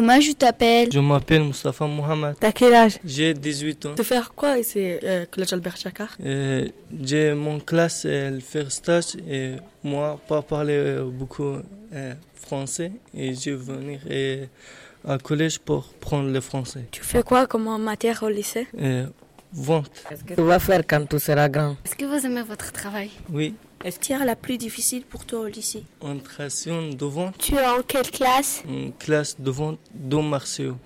Comment je t'appelle Je m'appelle Mustafa Mohamed. T'as quel âge J'ai 18 ans. De faire quoi ici, euh, Collège Albert Chakar Euh, J'ai mon classe, elle fait stage et moi, pas parler euh, beaucoup euh, français. Et je vais venir euh, à collège pour prendre le français. Tu fais quoi comme en matière au lycée Euh, vente, Qu'est-ce que tu vas faire quand tu seras grand Est-ce que vous aimez votre travail oui. Est-ce qu'il y a la plus difficile pour toi au lycée Entration de vente, Tu es en quelle classe une classe de vente, dons martiaux.